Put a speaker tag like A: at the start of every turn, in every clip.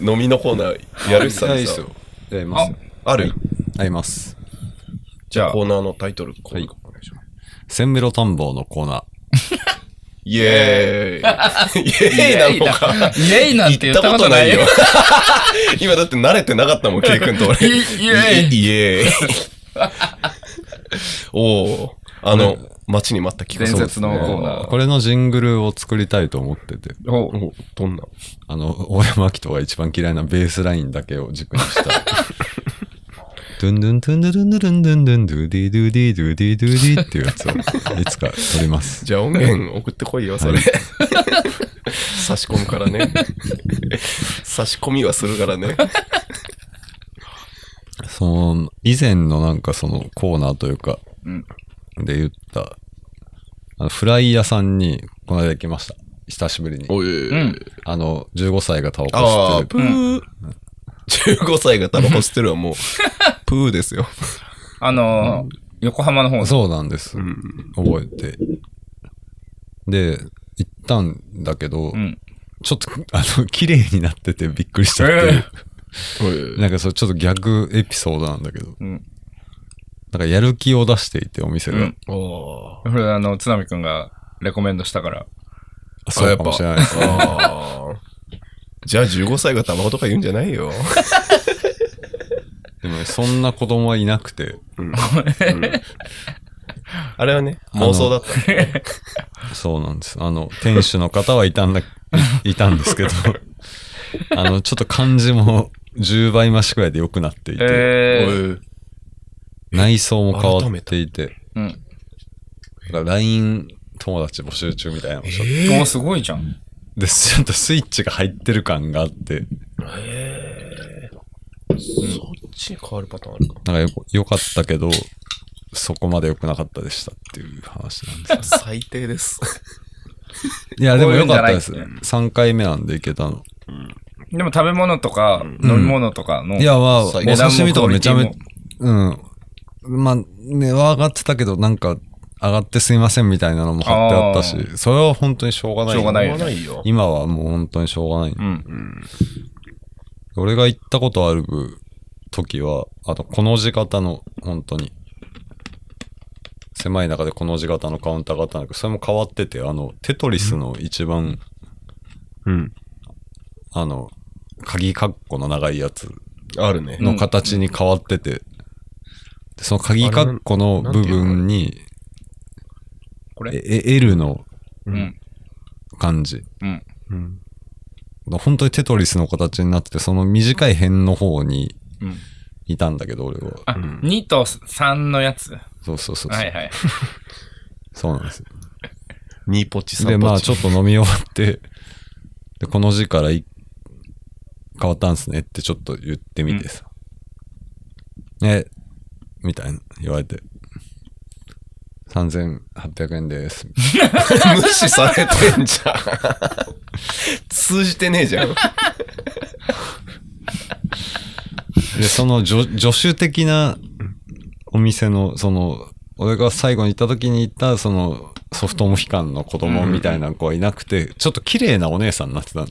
A: 飲みのコーナーやるしさ
B: いやい
A: で
B: いっす
A: さ
B: よ。やります。
A: ある
B: やります。
C: じゃあ
A: コ、ーナーのタイトルコーナーお願いします
B: せんべろ探訪のコーナー。
A: イエーイイエーイなのか
C: イエイなんて言ったことないよ
A: 言っ。たことないよ 今だって慣れてなかったもん、ケイ君と俺。
C: イイエーイ
A: イイエーイおおあの、待ちに待った気がする。
C: 伝説のコーナー
B: これのジングルを作りたいと思ってて、
C: お
A: おどんな
B: あの、大山明人が一番嫌いなベースラインだけを軸にした。ドゥンドゥンドゥンドゥンドゥンドゥンドゥンドゥンドゥディドゥディドゥディドゥディっていうやつをいつか撮ります。
A: じゃあ音源送ってこいよ、それ。
B: は
A: 差し込むからね。差し込みはするからね。
B: その、以前のなんかそのコーナーというか、
C: うん
B: で言った、あのフライ屋さんに、この間行きました。久しぶりに。
A: おい、
C: うん。
B: あの、15歳がタバコ
A: あ
B: 吸
A: あ、
B: って
A: プ
B: る。
A: ー。15歳がタバコ吸ってるはもう、プーですよ。
C: あのー横浜の方の
B: そうなんです。覚えて。で、行ったんだけど、
C: うん。
B: ちょっと、 あの、綺麗になっててびっくりしちゃって、
A: おい
B: なんかそう、ちょっと逆エピソードなんだけど、
C: うん。
B: なんかやる気を出していて、お店が。
C: うん
A: あ
C: これあの、津波くんがレコメンドしたから。
B: あそうかもしれないです
A: ーあー。じゃあ15歳がタバコとか言うんじゃない よ。
B: でもね、そんな子供はいなくて、
A: あれはね、妄想だった。
B: そうなんです。あの、店主の方はいたんだ、 いいたんですけど、あの、ちょっと漢字も10倍増しくらいで良くなっていて、
A: お
C: え
A: い
B: 内装も変わっていて、
C: えうん。
B: なんか LINE 友達募集中みたいなのもしょ
C: おーすごいじゃん。
B: で、ちょっとスイッチが入ってる感があって、
A: そっちに変わるパターンあるか。
B: なんかよ良かったけど、そこまで良くなかったでしたっていう話なんです。
A: 最低 です。
B: いや、でも良かったです。
C: こういうん
B: 3回目なんでいけたの。
C: でも食べ物とか、飲み物とかの。
B: いや、まあ、お
C: 最高
B: 刺身とかめちゃめち
C: 値段もク
B: ゃ、うん。まあ、値は上がってたけど、なんか、上がってすいませんみたいなのも貼ってあった
C: あ
B: し、それは本当にしょうがない。
C: しょうがないよね
A: ないよ。
B: 今はもう本当にしょうがない。
C: うん。
B: 俺が行ったことある時は、あと、この字型の、本当に、狭い中でこの字型のカウンターがあったんだけど、それも変わってて、あの、テトリスの一番、
A: うん。
B: あの、鍵カッコの長いやつ
A: あるね。
B: の形に変わってて、でその鍵カッコの部分に、
C: こ
B: え
C: れ
B: え L の
C: うん。
B: 感じ。
C: うん。
A: うん。
B: 本当にテトリスの形になってて、その短い辺の方に
C: うん。
B: いたんだけど、俺は。
C: あ、2と3のやつ。は
B: そうそうそうそう。
C: いはい。
B: そうなんですよ。
A: ニーポチさん
B: で、まあちょ
A: っ
B: っと飲み終わって、で、この字からい変わったんすねってちょっと言ってみてさ。ね、みたいな言われて。3800円です。
A: と 無視されてんじゃん。 通じてねえじゃん。
B: で、その助助手的なお店の、その、俺が最後に行った時に行った、その、ソフトモヒカンの子供みたいな子はいなくて、ちょっと綺麗なお姉さんになってたの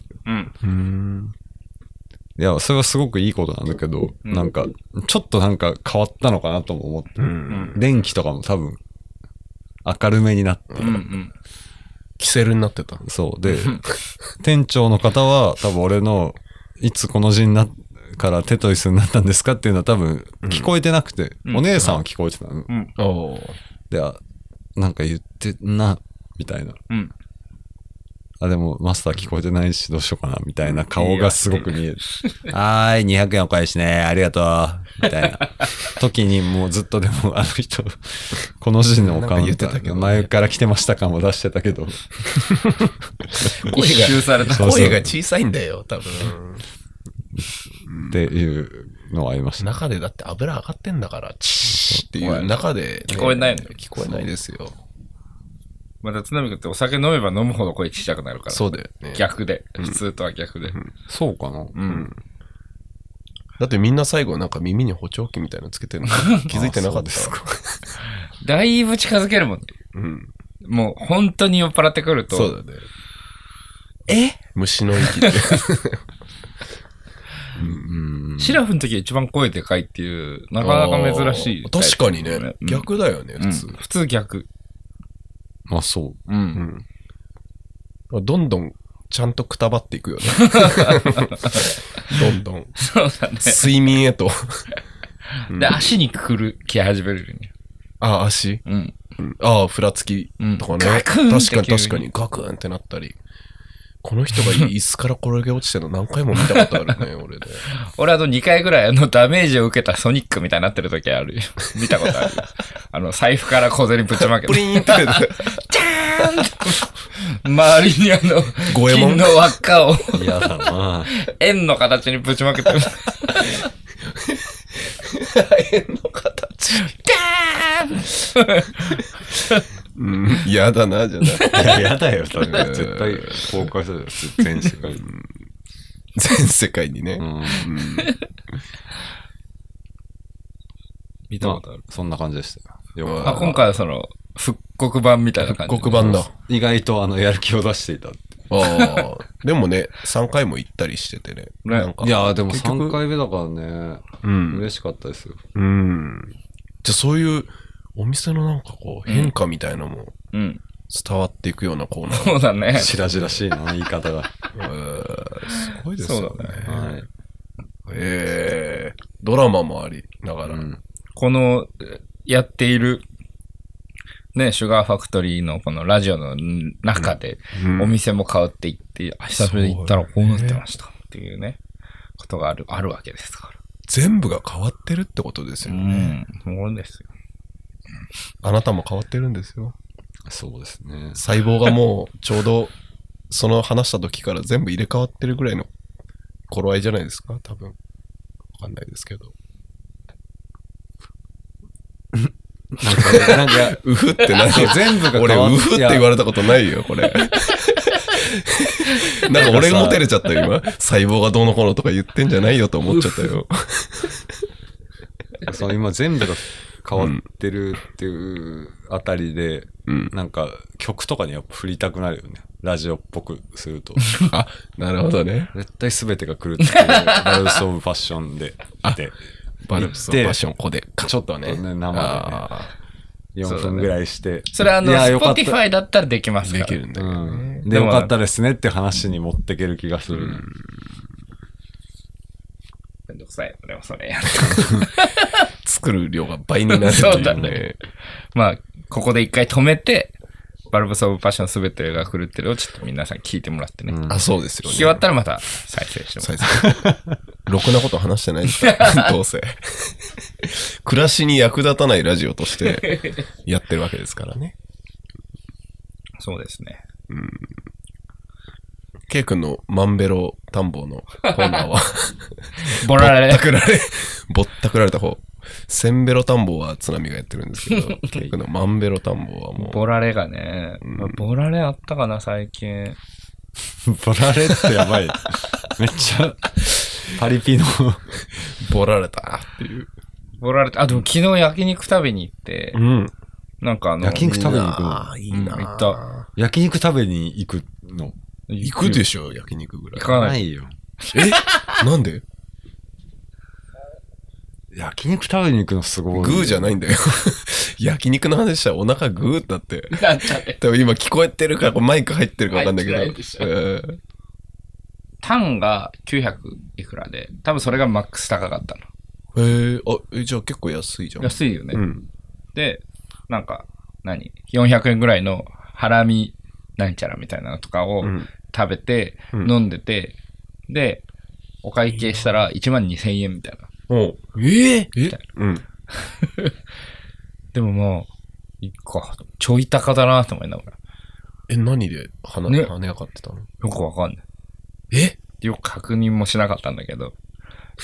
C: うん。
B: いや、それはすごくいいことなんだけど、なんか、ちょっとなんか変わったのかなとも思って、電気とかも多分、明るめになって、
C: うんうん。
A: キセルになってた。
B: そう。 で、店長の方は多分俺の、いつこの字になからテトリスになったんですかっていうのは多分聞こえてなくて、お姉さんは聞こえてたの。
C: うん。
A: おー
B: で、あなんか言ってんな、みたいな。
C: うん。
B: あ、でもマスター聞こえてないしどうしようかな、みたいな顔がすごく見 える。はーい、200円お返しね、ありがとう、みたいな。時にもうずっとでもあの人、この字のカ
A: なん
B: ウンタ
A: か言ってたけ
B: ー、
A: どね
B: 前から来てました感も出してたけど、
C: 一周された。
B: うそう
A: 声が小さいんだよ、多分。
B: っていうのはありました。
A: 中でだって油上がってんだから、チーっていう中でね、
C: 聞こえないのよ
A: 聞こえないですよ。
C: また津波くんってお酒飲めば飲むほど声ちっちゃくなるから。
A: そうだよね
C: 逆で。普通とは逆で。
B: そうかな
C: うん。
A: だってみんな最後なんか耳に補聴器みたいなのつけ てるの気づいてなかったですか。
C: だいぶ近づけるもんね。
A: うん。
C: もう本当に酔っ払ってくると。
A: そうだね。え虫の息って。
B: うん。
C: シラフの時は一番声でかいっていう、 なかなか珍しい
A: あ
C: タイ
A: ー確
C: プ。
A: かにね。
C: うん
A: 逆だよね、
C: うん
A: 普通。
C: 普通逆。。
B: まあそう
A: うんん。どんどん、ちゃんとくたばってい くよね。どんどん。
C: そうだね。
A: 睡眠へと。 うん
C: で、足にくくる、来始めるよね。
A: あ、足。
C: うん。
A: うんああ、ふらつき
C: うん。
A: とかね。
C: ガクンって
A: 確かに
C: 急
A: 確かに、ガクンってなったり。この人が椅子から転げ落ちてるの何回も見たことあるね、俺ね。
C: 俺あと2回ぐらいあのダメージを受けたソニックみたいになってる時あるよ。 見たことある。あの、財布から小銭ぶちまけ
A: プ
C: て。
A: リーン って。
C: 周りにあの、
A: 五右衛門
C: 金の輪っかを
B: う。嫌だな
C: 円の形にぶちまけて る。
A: 円の形。うん、嫌だな、じゃなくて。
B: いや嫌だよ、多
A: うん
B: 分。 絶対崩壊するよ、全世界。
A: 全世界にね
B: う。ん。
A: うん
C: 見た
B: ま
C: ことある。
B: あ、そんな感じでしたよ。
A: う
B: よ
A: ん
B: か
C: あ、
B: った
C: 今回はその、復刻版みたいな感じ。
A: 黒板だ。あ
B: 意外とあの、やる気を出していた。
A: あ。でもね、3回も行ったりしててね。
C: ね
A: なんか
B: いやーでも
A: 結局
B: 3回目だからね、
A: うん。
B: 嬉しかったですよ。
A: うん。じゃあそういうお店のなんかこう変化みたいなのも
C: うん。
A: 伝わっていくようなコーナー。
C: そうだね。
B: しらじら しいな、言い方が。
A: えーすごいですよ
C: そうだ
A: ね。
B: はい。
A: ええドラマもありながら。
B: うん。
C: この、やっている、ね、シュガーファクトリーのこのラジオの中で、
A: うん
C: お店も変わっていって、あ久しぶりに行ったらこうなってましたっていうね、ことがある、あるわけですから。
A: 全部が変わってるってことですよね。
C: うん。そうですよ。
A: あなたも変わってるんですよ。
B: そうですね。
A: 細胞がもうちょうどその話した時から全部入れ替わってるぐらいの頃合いじゃないですか多分。わかんないですけど。
B: なんかね、なんか、
A: うふって何
B: 全 部 が
A: 俺、
B: 変わ
A: うふって言われたことないよ、こ れ。なんか俺も照れちゃったよ、今。細胞がどうのこうのとか言ってんじゃないよと思っちゃったよ。
B: そう今全部が変わってるっていうあたりで、
A: うん。
B: なんか曲とかにやっぱ振りたくなるよね。ラジオっぽくす ると。
A: あ、なるほどね。
B: 絶対全てが狂ってくる。バルス・オブ・ファッションで、 で、
A: バルプス
B: で
A: ファッション、ここで、カチョッとね。
B: ちょっとね生でね
A: あ
B: 4分ぐらいして。
C: それはあの、
B: いや
C: Spotify
B: よかった
C: だったらできま
A: ー
C: すか
A: で
C: ら。
A: きるんだけどね。
B: で、よかったですねって話に持ってける気がする。
C: めんどくさい。でもそれやる。
A: 作る量が倍になるって
C: そうだ
A: いうね
C: ね。まあ、ここで一回止めて、バルブソブパッションすべてが狂ってるをちょっと皆さん聞いてもらってね。
B: うん
A: あ、そうですよ
C: 聞
A: ね。
C: き終わったらまた再生してもら
A: 最初。ろくなこと話してないですから どうせ。 暮らしに役立たないラジオとしてやってるわけですからね。
C: うそうですね。
A: ケイ君のマンベロ探訪のコーナー は、
C: ボラ
A: ぼっ
C: レ
A: たくられ、ぼったくられた方。センベロ探訪は津波がやってるんです けど、ケイ君のマンベロ探訪はもう、
C: ボラレがね、ボラレあったかな、最近。
B: ボラレってやばい。めっち ゃ、パリピの。
A: ボラれたっていう。
C: ボラレあ、でも昨日焼肉食べに行って、
A: うん。
C: なんかあの、
B: 焼肉食べに行く
A: ああ、いい
C: うん
A: な
C: 行っ
A: あ。
C: た。
B: 焼肉食べに行くの。
A: 行く でしょ、焼肉ぐらい。
C: 行かない。
B: いよ。
A: えなんで
B: 焼肉食べに行くのすごい。
A: グーじゃ
B: い
A: ないんだよ。 焼肉の話したらお腹グーだって。
C: なっちゃって。
A: 多分今聞こえてるか、これマイク入ってるか分かんないけど。
C: 入ってないでしょ
A: うん
C: タンが900いくらで、多分それがマックス高かったの。
A: へえ、あ、えじゃあ結構安いじゃん。
C: 安いよね。
A: うん。
C: で、なんか、何 ?400 円ぐらいのハラミなんちゃらみたいなのとかを
A: うん
C: 食べて、
A: うん
C: 飲んでて、で、お会計したら1万2000円みたいな。
A: おう
C: ええ
A: えうん。
C: でももう、いっか、ちょい高だなと思いながら。
A: え、何で鼻、
C: ね
A: 跳ね上がってたの
C: よくわかんない。
A: え
C: よく確認もしなかったんだけど、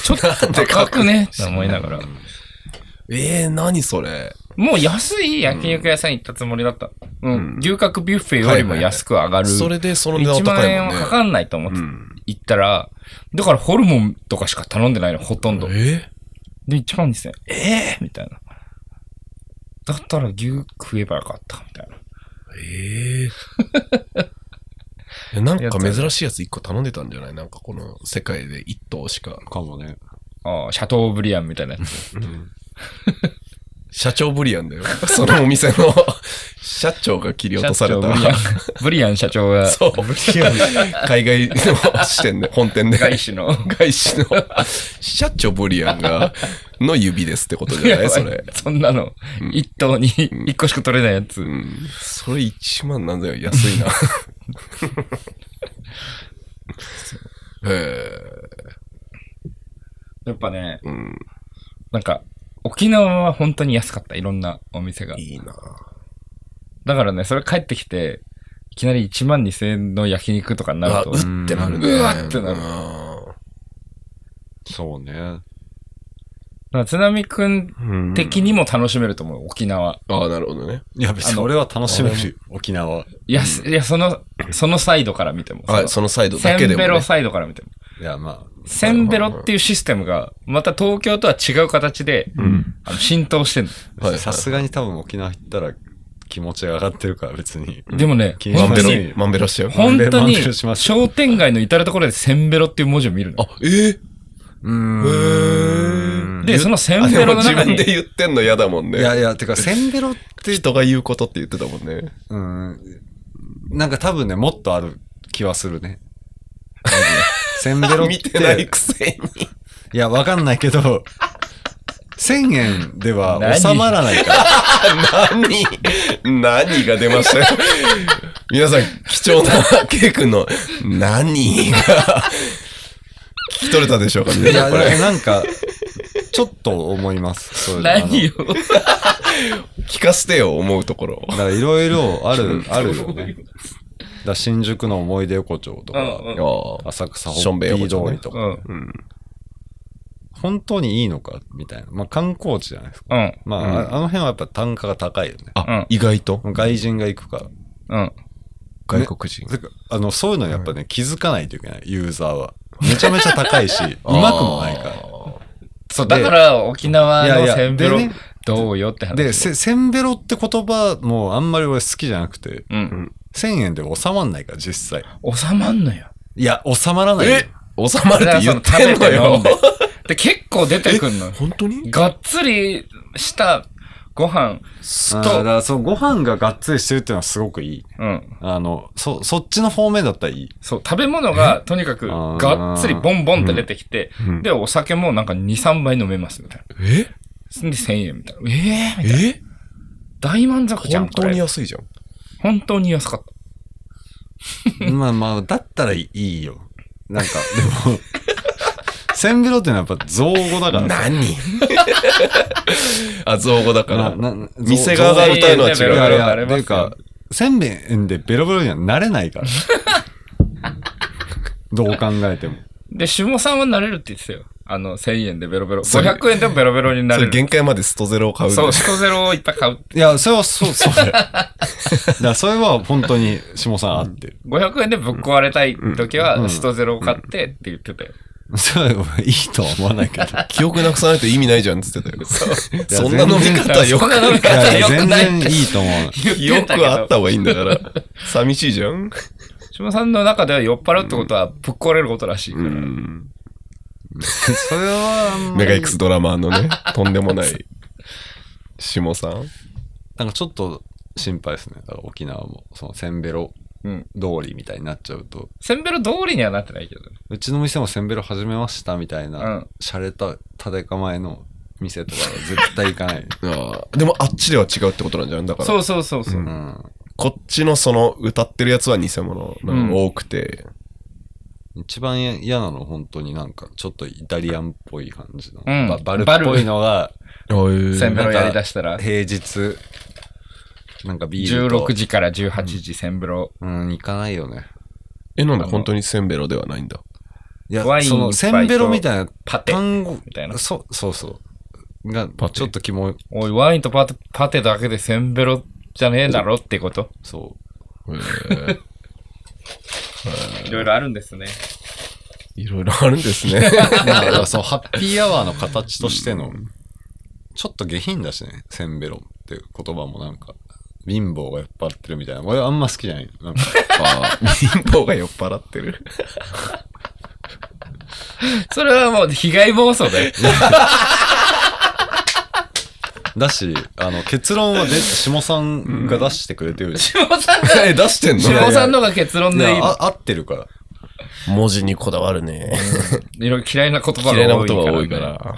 C: ちょっと高くねって思いながら。
A: えー、何それ
C: もう安い焼肉屋さん行ったつもりだった。うん。
A: うん
C: 牛角ビュッフェよりも安く上がる。
A: それでその値段は
C: 1
A: 高
C: 万
A: い
C: 円
A: もん
C: は
A: ね。
C: かかんないと思って
A: うん
C: 行ったら、だからホルモンとかしか頼んでないの、ほとんど。で、
A: え
C: 1万2000円。ええみたいな。だった ら牛食えばよかった、みたいな。
A: えーえなんか珍しいやつ一個頼んでたんじゃないなんかこの世界で一頭しか。
B: かもね。
C: ああ、シャトーブリアンみたいなや つ。
A: 社長ブリアン だよ。そのお店の社長が切り落とされ
C: シャトーブリアン
A: た。。
C: ブリアン社長が、
A: そう。海外の支店で、本店で。
C: 外資の。
A: 外資の社長ブリアンが、の指ですってことじゃないそれ。
C: そんなの、一頭に一個しか取れないやつ。
A: うん。それ1万なんだよ。安いな。へ
C: やっぱね、
A: え。うん。
C: なんか、沖縄は本当に安かった、いろんなお店が。
A: いいな
C: だからね、それ帰ってきて、いきなり1万2000円の焼肉とかに
A: う
C: な
A: わ
C: ると
A: う、ってなるね。
C: うわってなる
B: そうね。
C: な津波くん
A: うん。
C: 的にも楽しめると思う、沖縄。
A: ああ、なるほどね。
B: いや、別
C: あ
B: に
C: の
B: 俺は楽しめるよ、沖縄。
C: いや、すいや、その、そのサイドから見ても。
A: あ、そのサイド
C: セ
A: だ
C: ン
A: けでも、
C: ベロ
A: ね。
C: サイドから見ても。
B: いや、ま
C: センベロっていうシステムが、また東京とは違う形で、あの浸透してる、
A: は
B: あ、
A: い
B: さすがに多分沖縄行ったら気持ちが上がってるから別に。
C: でもね、
B: 気にし
A: マンベ
B: ま
C: 本当
B: せん
C: に、
A: ロ、マンベロしちゃう。
C: 本
B: マンベロ
C: 当
B: マン
C: に
B: ベロし、ます
C: 商店街の至るところでセンベロっていう文字を見るの。
A: あ、ええ
B: うん
A: へ
C: で、そのセ
A: あ、
C: ン
A: でも
C: ベロの
A: 自
C: 中
A: 分
C: に
A: で、言ってんの嫌だもんね。
B: いやいや、てか、せんべろって、
A: 人が言うことって言ってたもんね。
B: うん。なんか多分ね、もっとある気はするね。せんべろっ
A: 見てない
B: て、
A: くせに。
B: いや、わかんないけど、1000円では
C: 何
B: 収まらないから。
A: 何何が出ましたよ。皆さん、貴重なケイ君の何が聞き取れたでしょうか皆
B: い
A: さ
B: や、
A: んこ
B: で
A: れ
B: もなんか、ちょっと思います。そういうの
C: 何よ。
A: 聞かせてよ、思うところ。
B: あのだからいろいろある、あるよね。だ新宿の思い出横丁とか、
C: うん
A: ああ
B: 浅草
A: しょ
B: ホ
A: ん
B: ッ
A: べ
B: ピ
A: い横丁ね
B: ー通りと
C: う
B: か、
C: ん。
A: うん。
B: 本当にいいのかみたいな。まあ観光地じゃないですか。
C: うん。
B: まあ、ああの辺はやっぱ単価が高いよね。
A: あ、
C: うん
A: 意外と
B: 外人が行くから。
C: うん。
A: 外国人。
B: てかあの、そういうのやっぱね、気づかないといけない、ユーザーは。めちゃめちゃ高 いし、うまくもないか
C: そう、だから沖縄
B: いやい
C: の
B: や
C: センベロ
B: でね、
C: どうよって
B: ら。
C: 話。
B: で、せ、せんべろって言葉もあんまり俺好きじゃなくて、
C: うん。
B: 1000円で収まんないから、実際。
C: 収まんのよ。
B: いや、収まらないよ。
A: え収まる
C: だか
A: って
C: ら
A: 言っ
C: その
A: てんの
C: 食べて飲ん
A: よ
C: で。で、結構出てくんのよ。
A: 本当に
C: がっつりしたご
B: あ
C: 飯。
B: ーだからそのご飯ががっつりしてるっていうのはすごくいい。
C: うん。
B: あの、そ、そっちの方面だったらいい。
C: そう、食べ物がとにかく
B: あー
C: がっつりボンボンって出てきて、で、お酒もなんか2、3杯飲めますみたいな。
A: え
C: で、1000円みたいな。ええみたいな。
A: え
C: 大満足じゃん、
A: 本
C: こ
A: 当に
C: れ。
A: 安いじゃん。
C: 本当に安かっ た。
B: まあまあ、だったらいいよ。なんか、でも、 せんべろっていうのはやっぱ造語だからさ。
A: 何あ、造語だから。
B: なな
A: 店側が歌うのは違
B: いや
A: う。
B: い
C: あ
B: や、て
C: りますよ
B: いうか、せんべいでベロベロにはなれないから。どう考えても。
C: で、下さんはなれるって言ってたよ。あの、1000円でベロベロ。
A: それ
C: 500円でもベロベロにな
A: そ
C: れ
A: れ
C: る。
A: 限界までストゼロを買う
C: そう、
A: そ
C: ストゼロをいっぱい買う。
B: いや、それはそう、そうだよ。だからそれは本当に下さん合ってる。
C: 500円でぶっ壊れたい時は、ストゼロを買ってって言ってたよ。
B: それはいいとは思わないけど。
A: 記憶なくさないと意味ないじゃんって言ってたよ。そ
B: そ
A: ん
B: ん
A: な
B: な
A: 飲
B: 飲
A: み
B: み
A: 方よ
C: そん
A: く、
C: な飲み
B: い
C: 方
B: やい
C: 良
B: や
C: く
B: 全
C: ないって
B: 然いいと思う。
C: 言って
A: よ
C: たけ
A: くあっ
C: ど。
A: た方がいいんだから。寂しいじゃん
C: 下さんの中では酔っ払うってことはぶっ壊れることらしいから。
B: それは、
A: メガ X ドラマーのね、とんでもない。下さん
B: なんかちょっと心配ですね。だから沖縄も、そのせんべろ
C: うん。
B: 通りみたいになっちゃうと、
C: センベロ通りにはなってないけどね。
B: うちの店もせんべろ始めましたみたいな、
C: うん
B: 洒落た建て構えの店とかは絶対行かない。
A: ああでもあっちでは違うってことなんじゃんだから。
C: そうそう そうそう。
B: うん。
A: こっちのその歌ってるやつは偽物なのが多くて、
B: 一番嫌なの本当になんか、ちょっとイタリアンっぽい感じの。
C: うん
B: ババルっぽいのが、
C: センベ
B: な
C: ロ
B: んか
C: やりだしたら、
B: 平日、なんかビールと。
C: 16時から18時センベロ。
B: うん、行かないよね。
A: え、なんだ本当にせんべろではないんだ。
B: いや
C: ワ、イン
B: その、
C: 一
B: せ
C: 杯と
B: んべろみたいな
C: パテ
B: 単語、
C: みたいな
B: そう、そうそう。が、
A: テ
B: ちょっとキモい、
C: おい、ワインとパテパテだけでセンベロじゃねえだろってこと。
B: そう。
A: へえ
C: いろいろあるんですね。
A: いろいろあるんですね。
B: まあだからそのハッピーアワーの形としての、ちょっと下品だしね、せんべろっていう言葉もなんか、貧乏が酔っ払ってるみたいな。俺あんま好きじゃない。なんか、
A: ああ、貧乏が酔っ払ってる。
C: それはもう被害妄想だよ。
B: だし、あの、結論はで、下さんが出してくれてる し。
C: 下尾さんが、
A: え、出してんの
C: 下尾さんのが結論
B: い
C: でいい
B: や
C: の。
B: あ合ってるから。
A: 文字にこだわるね。
C: いろいろ嫌いな言葉が多
A: 嫌
C: いから、
A: いな言葉多いから。